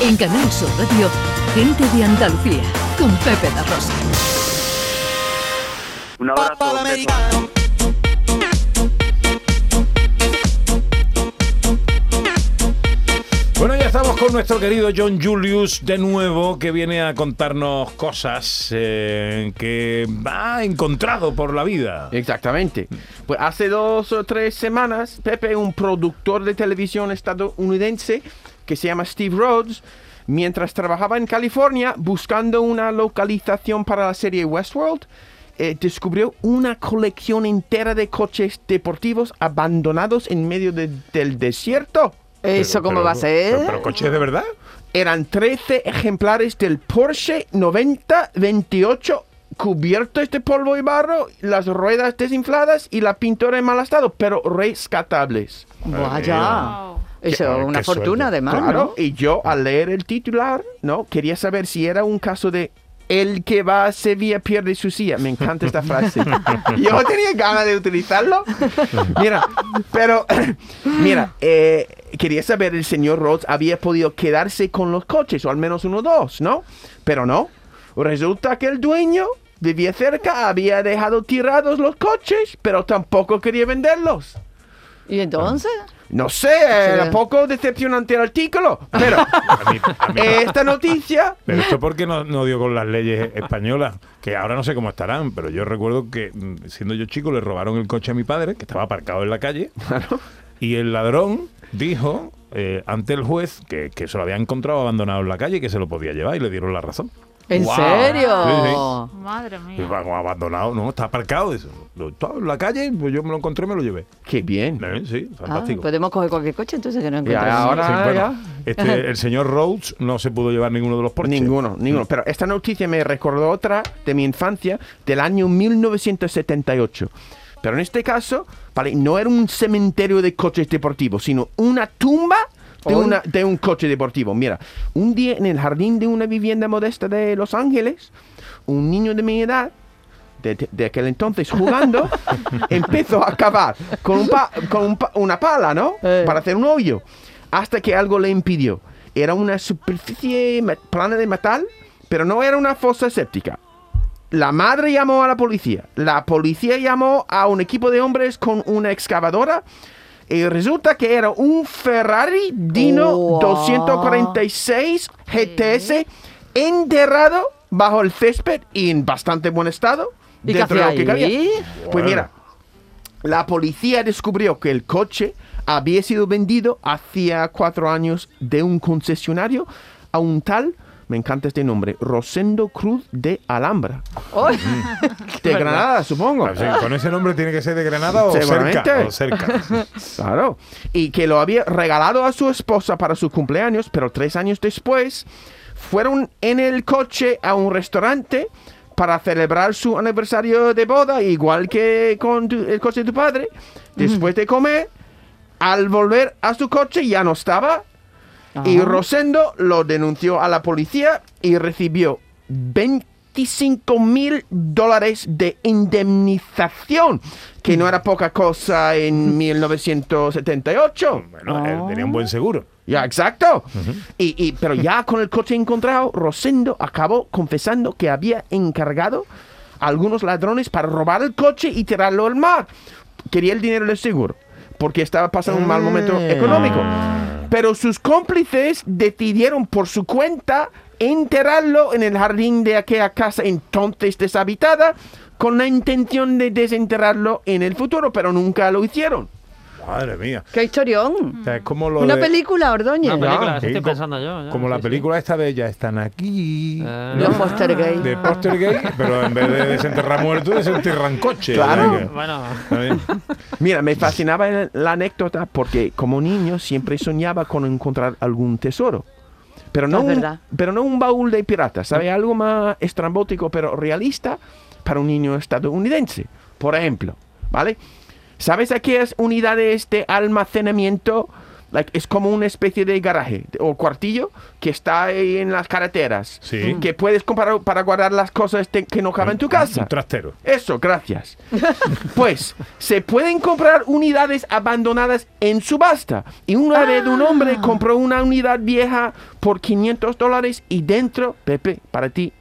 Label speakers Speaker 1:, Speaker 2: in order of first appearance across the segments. Speaker 1: En Canal Sur Radio, gente de Andalucía, con Pepe da Rosa.
Speaker 2: Un abrazo. beso.
Speaker 3: Bueno, ya estamos con nuestro querido John Julius de nuevo, que viene a contarnos cosas eh, que ha encontrado por la vida.
Speaker 4: ¿Eh? Exactamente. Pues hace dos o tres semanas, Pepe, un productor de televisión estadounidense que se llama Steve Rhodes, mientras trabajaba en California buscando una localización para la serie Westworld, eh, descubrió una colección entera de coches deportivos abandonados en medio de- del desierto.
Speaker 5: ¿Eso
Speaker 3: Pero-
Speaker 5: cómo
Speaker 3: pero-
Speaker 5: va a ser?
Speaker 3: Pero, pero coches de verdad.
Speaker 4: Eran 13 ejemplares del Porsche 9028 cubiertos de este polvo y barro, las ruedas desinfladas y la pintura en mal estado, pero rescatables.
Speaker 5: Vaya. Eso,
Speaker 3: Qué-
Speaker 5: una
Speaker 3: qué
Speaker 5: fortuna
Speaker 3: suerte.
Speaker 5: además.
Speaker 4: Claro, y yo al leer el titular, ¿no? Quería saber si era un caso de el que va a Sevilla pierde su silla. Me encanta esta frase. yo tenía ganas de utilizarlo. Mira, pero, mira, eh, quería saber el señor Rhodes había podido quedarse con los coches, o al menos uno o dos, ¿no? Pero no. Resulta que el dueño vivía cerca, había dejado tirados los coches, pero tampoco quería venderlos.
Speaker 5: ¿no? ¿Y entonces?
Speaker 4: No sé, era
Speaker 5: Sí.
Speaker 4: poco decepcionante el artículo, pero
Speaker 3: A mí- a mí-
Speaker 4: esta noticia.
Speaker 3: Pero esto porque no, no dio con las leyes españolas, que ahora no sé cómo estarán, pero yo recuerdo que mm, siendo yo chico le robaron el coche a mi padre, que estaba aparcado en la calle, y el ladrón dijo eh, ante el juez que, que se lo había encontrado abandonado en la calle y que se lo podía llevar y le dieron la razón.
Speaker 5: ¿En
Speaker 3: Wow.
Speaker 5: serio? Ah,
Speaker 6: Madre
Speaker 3: Y,
Speaker 6: mía.
Speaker 3: bueno, Pues abandonado, no, está aparcado. dice, "Lo- estaba en la calle, pues yo me lo encontré y me lo llevé.
Speaker 4: Qué bien.
Speaker 3: Eh, Sí,
Speaker 5: Ah,
Speaker 3: fantástico.
Speaker 5: podemos coger cualquier coche entonces que no
Speaker 4: Ya,
Speaker 5: encontramos.
Speaker 4: pues, ahora
Speaker 3: Sí, bueno,
Speaker 4: ya.
Speaker 3: este, el señor Rhodes no se pudo llevar ninguno de los Porsche.
Speaker 4: Ninguno,
Speaker 3: Mm.
Speaker 4: ninguno. Pero esta noticia me recordó otra de mi infancia, del año 1978. Pero en este caso, vale, no era un cementerio de coches deportivos, sino una tumba de,
Speaker 5: Uy.
Speaker 4: una, de un coche deportivo. Mira, un día en el jardín de una vivienda modesta de Los Ángeles, un niño de mi edad de, de- de aquel entonces jugando, empezó a cavar con, un pa- con un pa- una pala, ¿no?
Speaker 5: Eh.
Speaker 4: Para hacer un hoyo. Hasta que algo le impidió. Era una superficie me- plana de metal, pero no era una fosa séptica. La madre llamó a la policía. La policía llamó a un equipo de hombres con una excavadora. Y resulta que era un Ferrari Dino
Speaker 5: Wow.
Speaker 4: 246 GTS enterrado bajo el césped y en bastante buen estado.
Speaker 5: ¿Y qué
Speaker 4: dentro de
Speaker 5: hacía
Speaker 4: lo que cabía.
Speaker 5: ahí?
Speaker 4: Pues
Speaker 3: Bueno.
Speaker 4: mira, la policía descubrió que el coche había sido vendido hacía cuatro años de un concesionario a un tal, me encanta este nombre, Rosendo Cruz de Alhambra.
Speaker 5: Uy,
Speaker 4: De Granada, supongo.
Speaker 3: Ah, sí, Con ese nombre tiene que ser de Granada o cerca.
Speaker 4: Seguramente.
Speaker 3: O cerca.
Speaker 4: Claro. Y que lo había regalado a su esposa para su cumpleaños, pero tres años después fueron en el coche a un restaurante para celebrar su aniversario de boda, igual que con tu- el coche de tu padre. Después de comer, al volver a su coche ya no estaba. Y
Speaker 5: Ajá.
Speaker 4: Rosendo lo denunció a la policía y recibió 25 mil dólares de indemnización, que no era poca cosa en 1978.
Speaker 3: Bueno, él tenía un buen seguro.
Speaker 4: Ya, exacto. y, y- pero ya con el coche encontrado, Rosendo acabó confesando que había encargado a algunos ladrones para robar el coche y tirarlo al mar. Quería el dinero del seguro, porque estaba pasando un mal momento económico. Pero sus cómplices decidieron por su cuenta enterrarlo en el jardín de aquella casa entonces deshabitada con la intención de desenterrarlo en el futuro, pero nunca lo hicieron.
Speaker 3: Madre mía.
Speaker 5: ¡Qué historión!
Speaker 3: O sea, es como lo
Speaker 5: Una
Speaker 3: de-
Speaker 5: película, Ordóñez.
Speaker 7: Una película,
Speaker 3: Sí,
Speaker 7: eso estoy
Speaker 3: co-
Speaker 7: pensando yo. ya,
Speaker 3: Como la
Speaker 7: sí, sí.
Speaker 3: película esta de Ya están aquí.
Speaker 7: Ah.
Speaker 5: Los póster gay.
Speaker 3: De Poster Gay, pero en vez de desenterrar muertos, desenterran coches.
Speaker 4: Claro.
Speaker 7: Bueno,
Speaker 4: Mira, me fascinaba el- la anécdota porque como niño siempre soñaba con encontrar algún tesoro. Pero no,
Speaker 5: Es
Speaker 4: un,
Speaker 5: verdad. Mm.
Speaker 4: pero no un baúl de piratas, ¿sabe? Algo más estrambótico pero realista para un niño estadounidense, por ejemplo, ¿vale? ¿Sabes aquellas unidades de este almacenamiento Like, es como una especie de garaje o cuartillo que está ahí en las carreteras.
Speaker 3: Sí.
Speaker 4: Que puedes comprar para guardar las cosas te- que no caben en tu casa.
Speaker 3: Un trastero.
Speaker 4: Eso, gracias. Pues se pueden comprar unidades abandonadas en subasta. Y una vez un hombre compró una unidad vieja por 500 dólares y dentro, Pepe, para ti,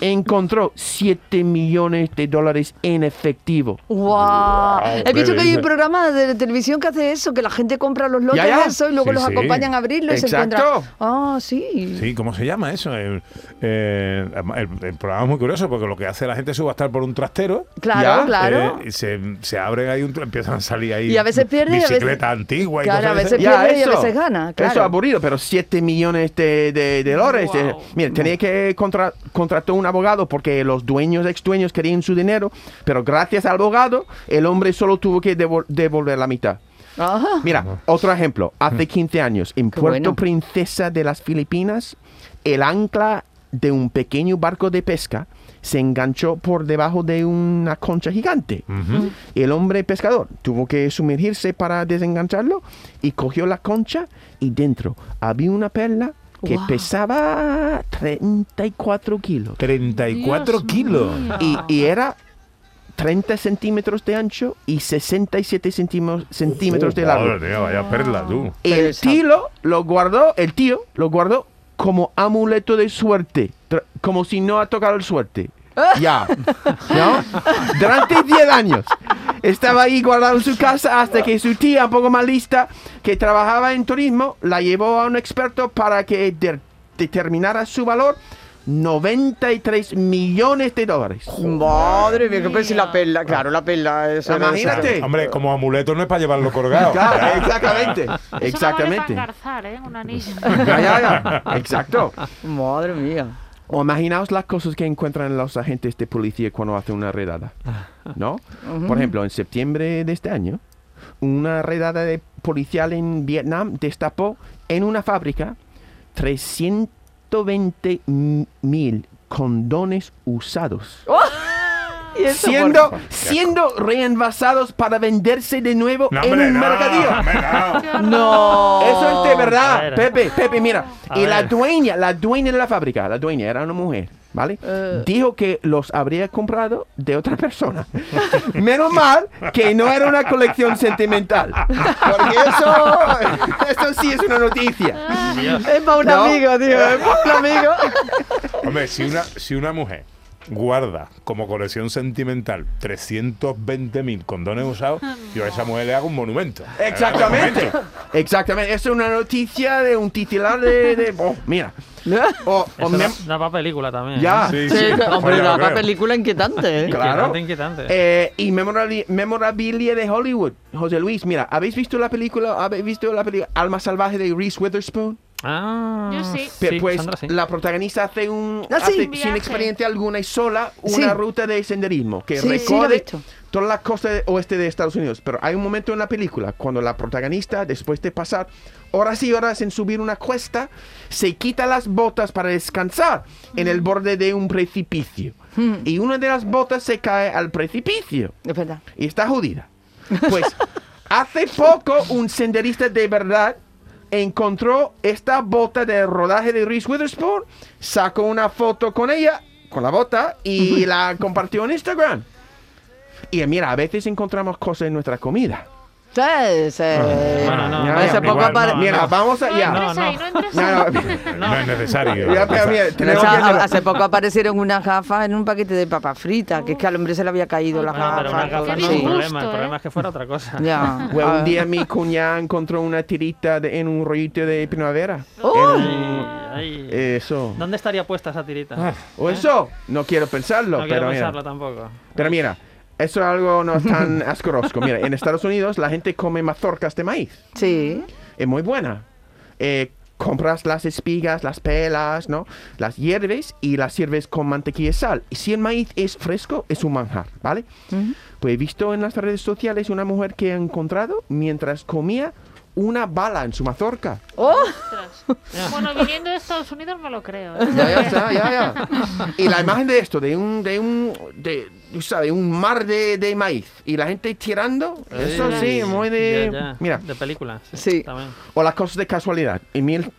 Speaker 4: encontró 7 millones de dólares en efectivo.
Speaker 5: ¡Guau! He visto que hay
Speaker 3: bebé.
Speaker 5: un programa de televisión que hace eso, que la gente compra los lotes
Speaker 4: Ya, ya.
Speaker 5: de eso y luego
Speaker 3: Sí,
Speaker 5: los
Speaker 3: sí.
Speaker 5: acompañan a abrirlo y se
Speaker 4: Exacto.
Speaker 5: encuentran. Ah, sí.
Speaker 3: Sí, ¿cómo se llama eso? El, eh, el- el programa es muy curioso porque lo que hace la gente es subastar por un trastero.
Speaker 5: Claro,
Speaker 4: Ya,
Speaker 5: claro.
Speaker 3: eh, y se, se abren ahí, un, tra- empiezan a salir ahí.
Speaker 5: Y a veces pierde y a veces-
Speaker 3: Bicicleta antigua y
Speaker 5: Claro,
Speaker 3: cosas
Speaker 5: a
Speaker 3: de
Speaker 5: veces
Speaker 3: esas.
Speaker 5: pierde y a veces gana, claro.
Speaker 4: Eso aburrido, pero 7 millones de, de- de dólares. eh, mira, tenía que contra- contrató un abogado porque los dueños, ex dueños querían su dinero, pero gracias al abogado, el hombre solo tuvo que devol- devolver la mitad.
Speaker 5: Ajá.
Speaker 4: Mira, otro ejemplo. Hace 15 años, en
Speaker 5: Qué
Speaker 4: Puerto
Speaker 5: bueno.
Speaker 4: Princesa de las Filipinas, el ancla de un pequeño barco de pesca se enganchó por debajo de una concha gigante.
Speaker 3: Ujú.
Speaker 4: El hombre pescador tuvo que sumergirse para desengancharlo y cogió la concha y dentro había una perla que
Speaker 5: Guau.
Speaker 4: pesaba 34 kilos
Speaker 3: 34 kilos.
Speaker 4: y, y era 30 centímetros de ancho y 67 centímetros, centímetros de largo.
Speaker 3: Uh, Madre mía, vaya perla, tú.
Speaker 4: El
Speaker 5: Interesante.
Speaker 4: tío lo guardó, el tío lo guardó como amuleto de suerte, tra- como si no ha tocado el suerte. Ya. ¿No? Durante 10 años. Estaba ahí guardado en su casa hasta que su tía, un poco más lista, que trabajaba en turismo, la llevó a un experto para que de- determinara su valor. 93 millones de dólares.
Speaker 6: Madre mía, que pensé la perla. Claro, la perla. eso era
Speaker 4: Imagínate.
Speaker 6: esa.
Speaker 3: Hombre, como amuleto no es para llevarlo colgado.
Speaker 4: Claro, exactamente.
Speaker 7: Eso no vale
Speaker 4: Exactamente.
Speaker 7: para engarzar, ¿eh? Un anillo.
Speaker 4: Ya, ya, ya. Exacto.
Speaker 6: Madre mía.
Speaker 4: O imaginaos las cosas que encuentran los agentes de policía cuando hacen una redada. ¿No? Por ejemplo, en septiembre de este año, una redada de policial en Vietnam destapó en una fábrica 320 mil condones usados.
Speaker 5: Y eso
Speaker 4: Siendo, siendo reenvasados para venderse de nuevo
Speaker 3: No,
Speaker 4: en
Speaker 3: hombre,
Speaker 4: un
Speaker 3: no,
Speaker 4: mercadillo.
Speaker 3: hombre, no.
Speaker 5: por- No.
Speaker 4: Eso es de
Speaker 8: A
Speaker 4: verdad,
Speaker 8: ver.
Speaker 4: Pepe, Pepe, mira.
Speaker 8: A
Speaker 4: Y la
Speaker 8: ver.
Speaker 4: dueña, la dueña de la fábrica, la dueña era una mujer, ¿vale?
Speaker 5: Eh.
Speaker 4: Dijo que los habría comprado de otra persona. Menos mal que no era una colección sentimental. Porque eso, eso sí es una noticia.
Speaker 5: Es para un
Speaker 4: ¿No?
Speaker 5: amigo, tío. Es para un amigo.
Speaker 3: Hombre, si una, si una mujer guarda como colección sentimental 320.000 condones usados, yo a esa mujer le hago un monumento.
Speaker 4: Exactamente. Exactamente. Es una noticia de un titular de... de- oh, mira. O- o
Speaker 8: Eso
Speaker 4: Pues me-
Speaker 8: da, da pa' película también.
Speaker 4: Ya.
Speaker 3: Ah, Sí,
Speaker 5: Sí,
Speaker 3: sí.
Speaker 5: hombre,
Speaker 3: Oye,
Speaker 5: la
Speaker 3: lo creo.
Speaker 5: película inquietante, ¿eh?
Speaker 4: Claro.
Speaker 8: Inquietante, inquietante.
Speaker 4: Eh, y memorali- memorabilia de Hollywood. José Luis, mira, ¿habéis visto la película? ¿Habéis visto la película Alma Salvaje de Reese Witherspoon?
Speaker 8: Ah,
Speaker 7: Yo sí.
Speaker 4: Pe- pues
Speaker 8: Sandra, sí.
Speaker 4: la protagonista hace un
Speaker 5: Ah, sí.
Speaker 4: hace
Speaker 7: Un
Speaker 4: sin
Speaker 7: viaje.
Speaker 4: experiencia alguna y sola una
Speaker 5: Sí.
Speaker 4: ruta de senderismo que
Speaker 5: Sí, sí, lo he
Speaker 4: recorre
Speaker 5: visto.
Speaker 4: todas las costas oeste de Estados Unidos. Pero hay un momento en la película cuando la protagonista, después de pasar horas y horas en subir una cuesta, se quita las botas para descansar en
Speaker 5: Mm.
Speaker 4: el borde de un precipicio. Y una de las botas se cae al precipicio
Speaker 5: Es verdad.
Speaker 4: y está jodida. Pues hace poco un senderista de verdad encontró esta bota de rodaje de Reese Witherspoon, sacó una foto con ella, con la bota, y la compartió en Instagram. Y mira, a veces encontramos cosas en nuestra comida.
Speaker 5: Sí, sí.
Speaker 8: Bueno,
Speaker 4: Ya,
Speaker 8: no, no,
Speaker 4: ya,
Speaker 5: Ese
Speaker 8: igual,
Speaker 5: poco para-
Speaker 8: no,
Speaker 4: mira,
Speaker 8: no.
Speaker 4: vamos
Speaker 7: No
Speaker 4: allá.
Speaker 7: entres
Speaker 8: no.
Speaker 7: ahí, no entres
Speaker 4: No,
Speaker 7: ahí.
Speaker 4: no,
Speaker 3: No es necesario.
Speaker 4: ya, pero mira, tenemos
Speaker 5: O sea,
Speaker 4: que-
Speaker 5: a- hace poco aparecieron unas gafas en un paquete de papas fritas, que es que al hombre se le había caído las
Speaker 8: Bueno, pero una
Speaker 5: gafas.
Speaker 8: gafa
Speaker 7: Qué
Speaker 8: no es un
Speaker 5: sí.
Speaker 8: problema. El
Speaker 7: disgusto,
Speaker 8: problema
Speaker 7: ¿eh?
Speaker 8: es que fuera otra cosa.
Speaker 5: Ya.
Speaker 4: Bueno,
Speaker 5: Ah.
Speaker 4: un día mi cuñada encontró una tirita de- en un rollito de primavera.
Speaker 5: ¡Oh!
Speaker 4: En un-
Speaker 8: Ay, ay.
Speaker 4: Eso.
Speaker 8: ¿Dónde estaría puesta esa
Speaker 3: Ah.
Speaker 8: tirita?
Speaker 4: O eso, no quiero pensarlo,
Speaker 8: ¿Eh? No quiero
Speaker 4: Ah, pero mira.
Speaker 8: pensarlo tampoco.
Speaker 4: Pero mira, eso es algo no es tan asqueroso. Mira, en Estados Unidos la gente come mazorcas de maíz.
Speaker 5: Sí.
Speaker 4: Es muy buena. Eh, compras las espigas, las pelas, ¿no? Las hierves y las sirves con mantequilla y sal. Y si el maíz es fresco, es un manjar, ¿vale? Pues he visto en las redes sociales una mujer que ha encontrado mientras comía una bala en su mazorca.
Speaker 7: Ostras. Bueno, viniendo de Estados Unidos me lo creo. ¿eh?
Speaker 4: Ya, ya está, ya, ya. Y la imagen de esto, de un, de un, de, tú sabes, un mar de, de maíz y la gente tirando, eso sí, muy de...
Speaker 8: Eh, Ya, ya.
Speaker 4: Mira,
Speaker 8: De película. Sí.
Speaker 5: Sí.
Speaker 8: también.
Speaker 4: o las cosas de casualidad. En mil-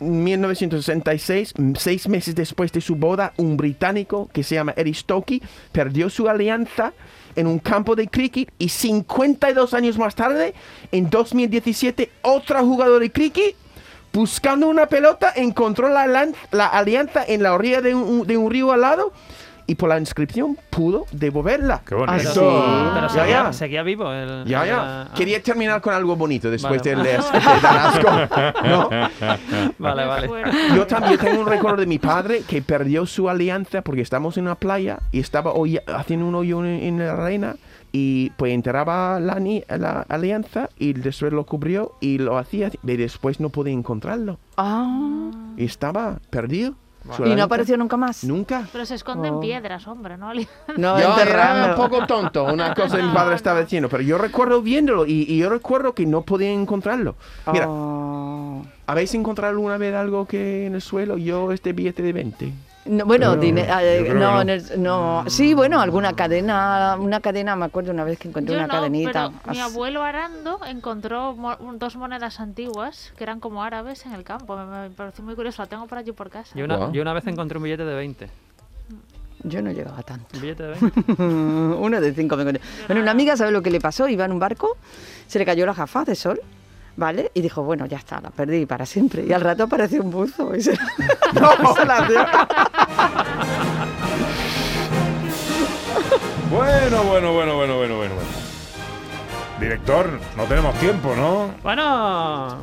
Speaker 4: 1966, mm, seis meses después de su boda, un británico que se llama Eddie Stoke perdió su alianza en un campo de cricket y 52 años más tarde, en 2017, otra jugadora de cricket buscando una pelota encontró la, lan- la alianza en la orilla de un, de un río al lado y por la inscripción pudo devolverla.
Speaker 3: Qué bonito.
Speaker 8: Pero,
Speaker 4: Eso.
Speaker 8: pero
Speaker 4: Ah, Ya,
Speaker 8: seguía,
Speaker 4: ya.
Speaker 8: seguía vivo. El,
Speaker 4: Ya,
Speaker 8: el-
Speaker 4: ya.
Speaker 8: ah,
Speaker 4: Quería terminar con algo bonito después
Speaker 8: Vale.
Speaker 4: de leer de dar asco, ¿no?
Speaker 8: Vale,
Speaker 7: Qué
Speaker 8: vale.
Speaker 7: fuerte.
Speaker 4: Yo también tengo un recuerdo de mi padre que perdió su alianza porque estábamos en una playa y estaba hoy haciendo un hoyo en, en la arena y pues enterraba la, ni- la alianza y después lo cubrió y lo hacía y después no pude encontrarlo.
Speaker 5: Ah,
Speaker 4: Y estaba perdido. su
Speaker 5: y no
Speaker 4: alianza.
Speaker 5: apareció nunca más.
Speaker 4: Nunca.
Speaker 7: Pero se esconden
Speaker 5: Oh.
Speaker 7: piedras, hombre, ¿no?
Speaker 5: No,
Speaker 4: Yo era un
Speaker 5: enterrando.
Speaker 4: poco tonto, una cosa que mi padre estaba diciendo, pero yo recuerdo viéndolo y, y yo recuerdo que no podía encontrarlo. Mira,
Speaker 5: Oh.
Speaker 4: ¿habéis encontrado alguna vez algo que en el suelo? Yo este billete de 20.
Speaker 5: No, bueno,
Speaker 3: Pero-
Speaker 5: dine- ah, eh,
Speaker 3: Yo creo que
Speaker 5: no,
Speaker 3: no.
Speaker 5: en el- no, sí, bueno, alguna cadena, una cadena, me acuerdo una vez que encontré
Speaker 7: Yo
Speaker 5: una
Speaker 7: no,
Speaker 5: cadenita.
Speaker 7: pero mi
Speaker 5: as-
Speaker 7: abuelo Arando encontró mo- un- dos monedas antiguas que eran como árabes en el campo. Me, me pareció muy curioso. La tengo por allí por casa.
Speaker 8: Yo una,
Speaker 4: Guau.
Speaker 8: yo una vez encontré un billete de 20.
Speaker 5: Yo no llegaba tanto.
Speaker 8: Un billete de 20.
Speaker 5: Uno de cinco me encontré. Bueno, una amiga sabe lo que le pasó, iba en un barco, se le cayó la gafa de sol, ¿vale? Y dijo, bueno, ya está, la perdí para siempre. Y al rato apareció un buzo y se, se la dio.
Speaker 3: Bueno, bueno, bueno, bueno, bueno, bueno. bueno. Director, no tenemos tiempo, ¿no?
Speaker 8: Bueno,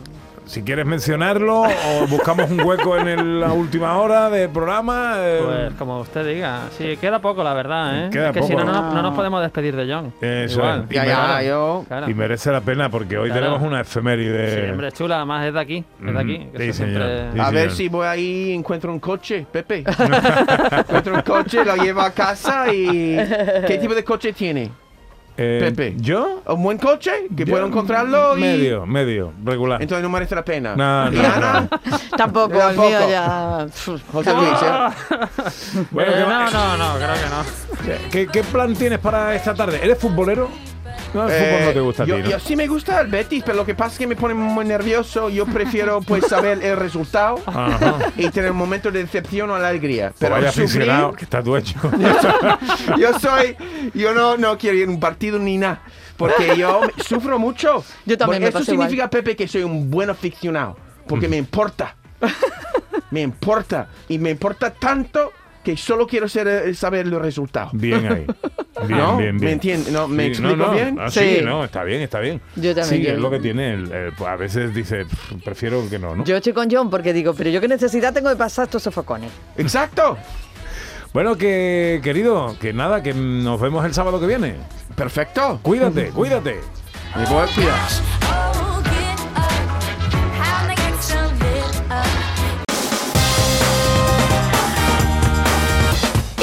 Speaker 3: Si quieres mencionarlo o buscamos un hueco en el- la última hora del programa. eh,
Speaker 8: pues como usted diga. Sí, queda poco, la verdad, ¿eh?
Speaker 3: Queda
Speaker 8: es que si
Speaker 3: poco,
Speaker 8: no, no,
Speaker 5: ¿no?
Speaker 8: no nos podemos despedir de John.
Speaker 3: Eso
Speaker 8: Igual.
Speaker 3: es. Ya, ya,
Speaker 8: Claro,
Speaker 4: Ah, yo-
Speaker 8: claro.
Speaker 3: Y merece la pena porque hoy
Speaker 8: Claro.
Speaker 3: tenemos una efeméride.
Speaker 8: Sí, hombre, es chula, además es de aquí. Es de aquí.
Speaker 3: Ujú.
Speaker 8: que
Speaker 3: Sí,
Speaker 8: eso
Speaker 3: señor. Sí,
Speaker 4: A ver
Speaker 3: señor.
Speaker 4: si voy ahí y encuentro un coche, Pepe. encuentro un coche, lo llevo a casa y... ¿Qué tipo de coche tiene?
Speaker 3: Eh,
Speaker 4: Pepe.
Speaker 3: ¿Yo?
Speaker 4: ¿Un buen coche? ¿Que
Speaker 3: Yo,
Speaker 4: puedo encontrarlo? Y...
Speaker 3: Medio, medio, regular.
Speaker 4: Entonces no merece la pena.
Speaker 3: No, no,
Speaker 4: ¿Y Ana?
Speaker 5: Tampoco, el
Speaker 4: Tampoco.
Speaker 5: mío ya.
Speaker 4: José Luis, ¿eh?
Speaker 3: Bueno,
Speaker 8: Eh,
Speaker 3: ¿qué,
Speaker 8: no,
Speaker 3: más?
Speaker 8: no, no, creo que no.
Speaker 3: ¿Qué- qué plan tienes para esta tarde? ¿Eres futbolero? No, el fútbol no te gusta a
Speaker 4: Eh, yo,
Speaker 3: ti, ¿no?
Speaker 4: yo sí me gusta el Betis, pero lo que pasa es que me pone muy nervioso. Yo prefiero pues saber el resultado
Speaker 3: Ajá.
Speaker 4: y tener un momento de decepción o alegría.
Speaker 3: Pero
Speaker 4: Pero
Speaker 3: Ah, Pues vaya
Speaker 4: sufrir,
Speaker 3: aficionado que está tu hecho.
Speaker 4: yo soy, yo no, no quiero ir a un partido ni nada, porque yo me- sufro mucho.
Speaker 5: Yo también
Speaker 4: Porque
Speaker 5: me
Speaker 4: Eso
Speaker 5: pasa igual.
Speaker 4: significa, Pepe, que soy un buen aficionado, porque me importa, me importa y me importa tanto que solo quiero ser, eh, saber los resultados.
Speaker 3: Bien ahí. Bien,
Speaker 4: ¿No?
Speaker 3: bien, bien.
Speaker 4: ¿Me entiende? ¿No? ¿Me explico
Speaker 3: no, no.
Speaker 4: bien?
Speaker 3: Ah, sí,
Speaker 5: Sí.
Speaker 3: no, está bien, está bien.
Speaker 5: Yo también
Speaker 3: Sí,
Speaker 5: creo.
Speaker 3: es lo que tiene. el- el- pues, a veces dice, "Pff, prefiero que no, ¿no?
Speaker 5: Yo estoy con John porque digo, pero yo qué necesidad tengo de pasar estos sofocones.
Speaker 4: Exacto.
Speaker 3: Bueno, que querido, que nada, que nos vemos el sábado que viene.
Speaker 4: Perfecto.
Speaker 3: Cuídate, cuídate.
Speaker 4: Me voy a cuidar.
Speaker 9: Oh, get up. How to get so lit up.